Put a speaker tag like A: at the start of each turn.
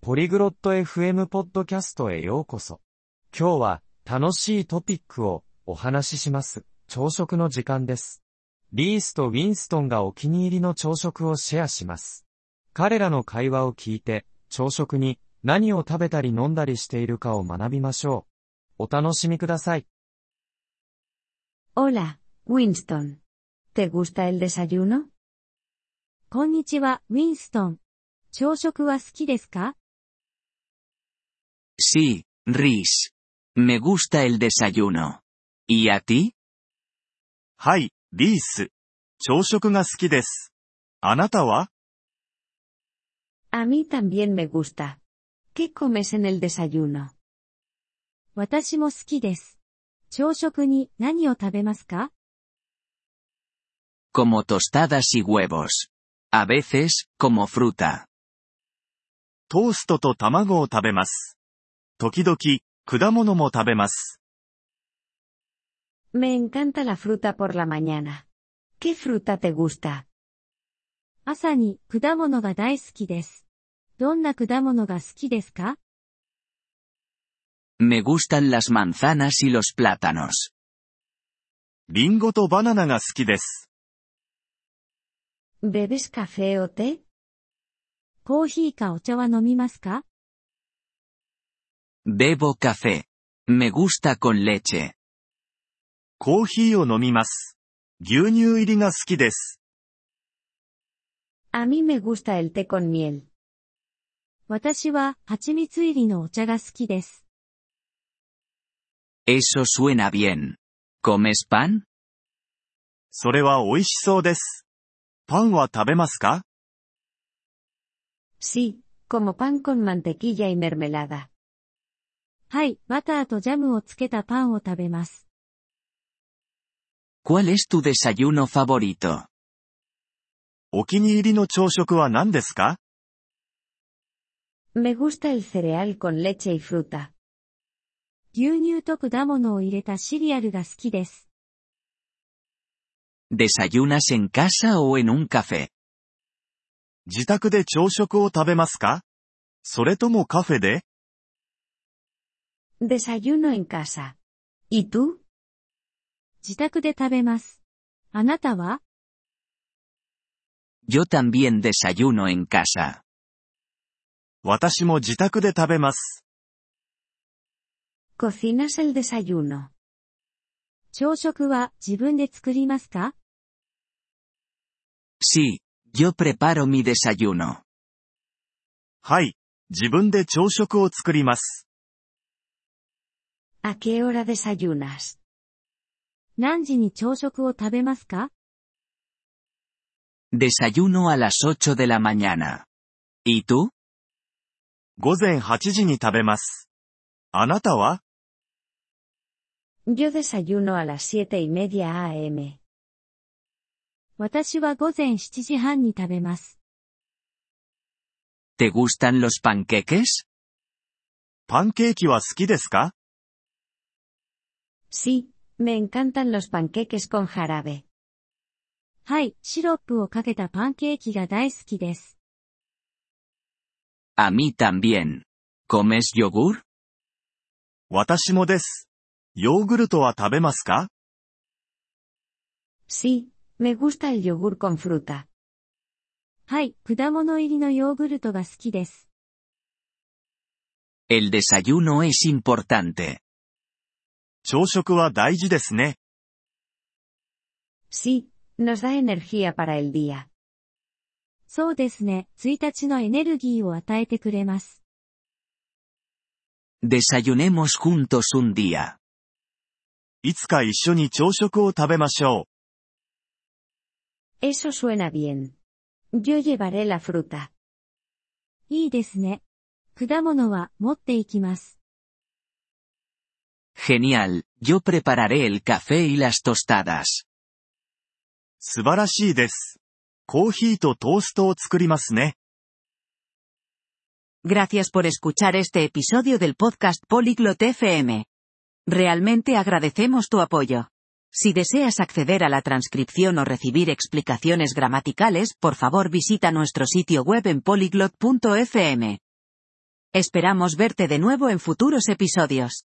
A: ポリグロット FM ポッドキャストへようこそ。今日は楽しいトピックをお話しします。朝食の時間です。リースとウィンストンがお気に入りの朝食をシェアします。彼らの会話を聞いて、朝食に何を食べたり飲んだりしているかを学びましょう。お楽しみください。
B: Hola, Winston. ¿Te gusta el desayuno?
C: こんにちは、ウィンストン。朝食は好きですか
D: Sí, Riz. Me gusta el desayuno. ¿Y a ti?
E: はい、リース。朝食が好きです。あなたは
B: A mí también me gusta. ¿Qué comes en el desayuno?
C: 私も好きです。朝食に何を食べますか
D: Como tostadas y huevos. A veces, como fruta.
E: トーストと卵を食べます。時々、果物も食べます。
B: Me encanta la fruta por la mañana. ¿Qué fruta te gusta?
C: 朝に果物が大好きです。どんな果物が好きですか
D: Me gustan las manzanas y los plátanos.
E: リンゴとバナナが好きです。
B: ¿Bebes café o té?
C: コーヒーかお茶は飲みますか
D: Bebo café. Me gusta con leche.
E: コーヒーを飲みます。牛乳入りが好きです。
B: A mí me gusta el té con miel.
C: 私は蜂蜜入りのお茶が好きです。
D: Eso suena bien. ¿Comes pan?
E: それは美味しそうです。パンは食べますか
B: Sí, como pan con mantequilla y mermelada.
C: はい、バターとジャムをつけたパンを食べます。
D: ¿Cuál es tu desayuno favorito?
E: お気に入りの朝食は何ですか
B: Me gusta el cereal con leche y fruta.
C: 牛乳と果物を入れたシリアルが好きです。
D: ¿Desayunas en casa o en un café?
E: 自宅で朝食を食べますかそれともカフェで
B: ?Desayuno en casa. ¿Y tú?
C: 自宅で食べます。あなたは
D: Yo también desayuno en casa.
E: 私も自宅で食べます。
B: cocinas el desayuno?
C: 朝食は自分で作りますか
D: Sí, yo preparo mi desayuno.
E: はい、自分で朝食を作ります。
B: ¿A qué hora desayunas?
C: 何時に朝食を食べますか
D: Desayuno a las 8 de la mañana. ¿Y tú?
E: 午前8時に食べます。あなたは
B: Yo desayuno a las 7 y media am.
C: 私は午前7時半に食べます。
D: ¿Te gustan los panqueques?
E: パンケーキは好きですか
B: Sí, me encantan los panqueques con jarabe.
C: はい、シロップをかけたパンケーキが大好きです。
D: A mí también. ¿Comes yogur?
E: 私もです。ヨーグルトは食べますか
B: Sí, me gusta el yogur con fruta.
C: はい、果物入りのヨーグルトが好きです。
D: El desayuno es importante.
E: 朝食は大事ですね。
B: Sí, nos da energía para el día.
C: そうですね、1日のエネルギーを与えてくれます。
D: Desayunemos juntos un día.
E: いつか一緒に朝食を食べましょ
B: う。Eso suena bien. Yo llevaré la fruta.
C: いいですね。果物は持っていきます。
D: Genial, yo prepararé el café y las tostadas.
E: 素晴らしいです。コーヒーとトーストを作りますね。
F: Gracias por escuchar este episodio del podcast Polyglot FM. Realmente agradecemos tu apoyo. Si deseas acceder a la transcripción o recibir explicaciones gramaticales, por favor visita nuestro sitio web en polyglot.fm. Esperamos verte de nuevo en futuros episodios.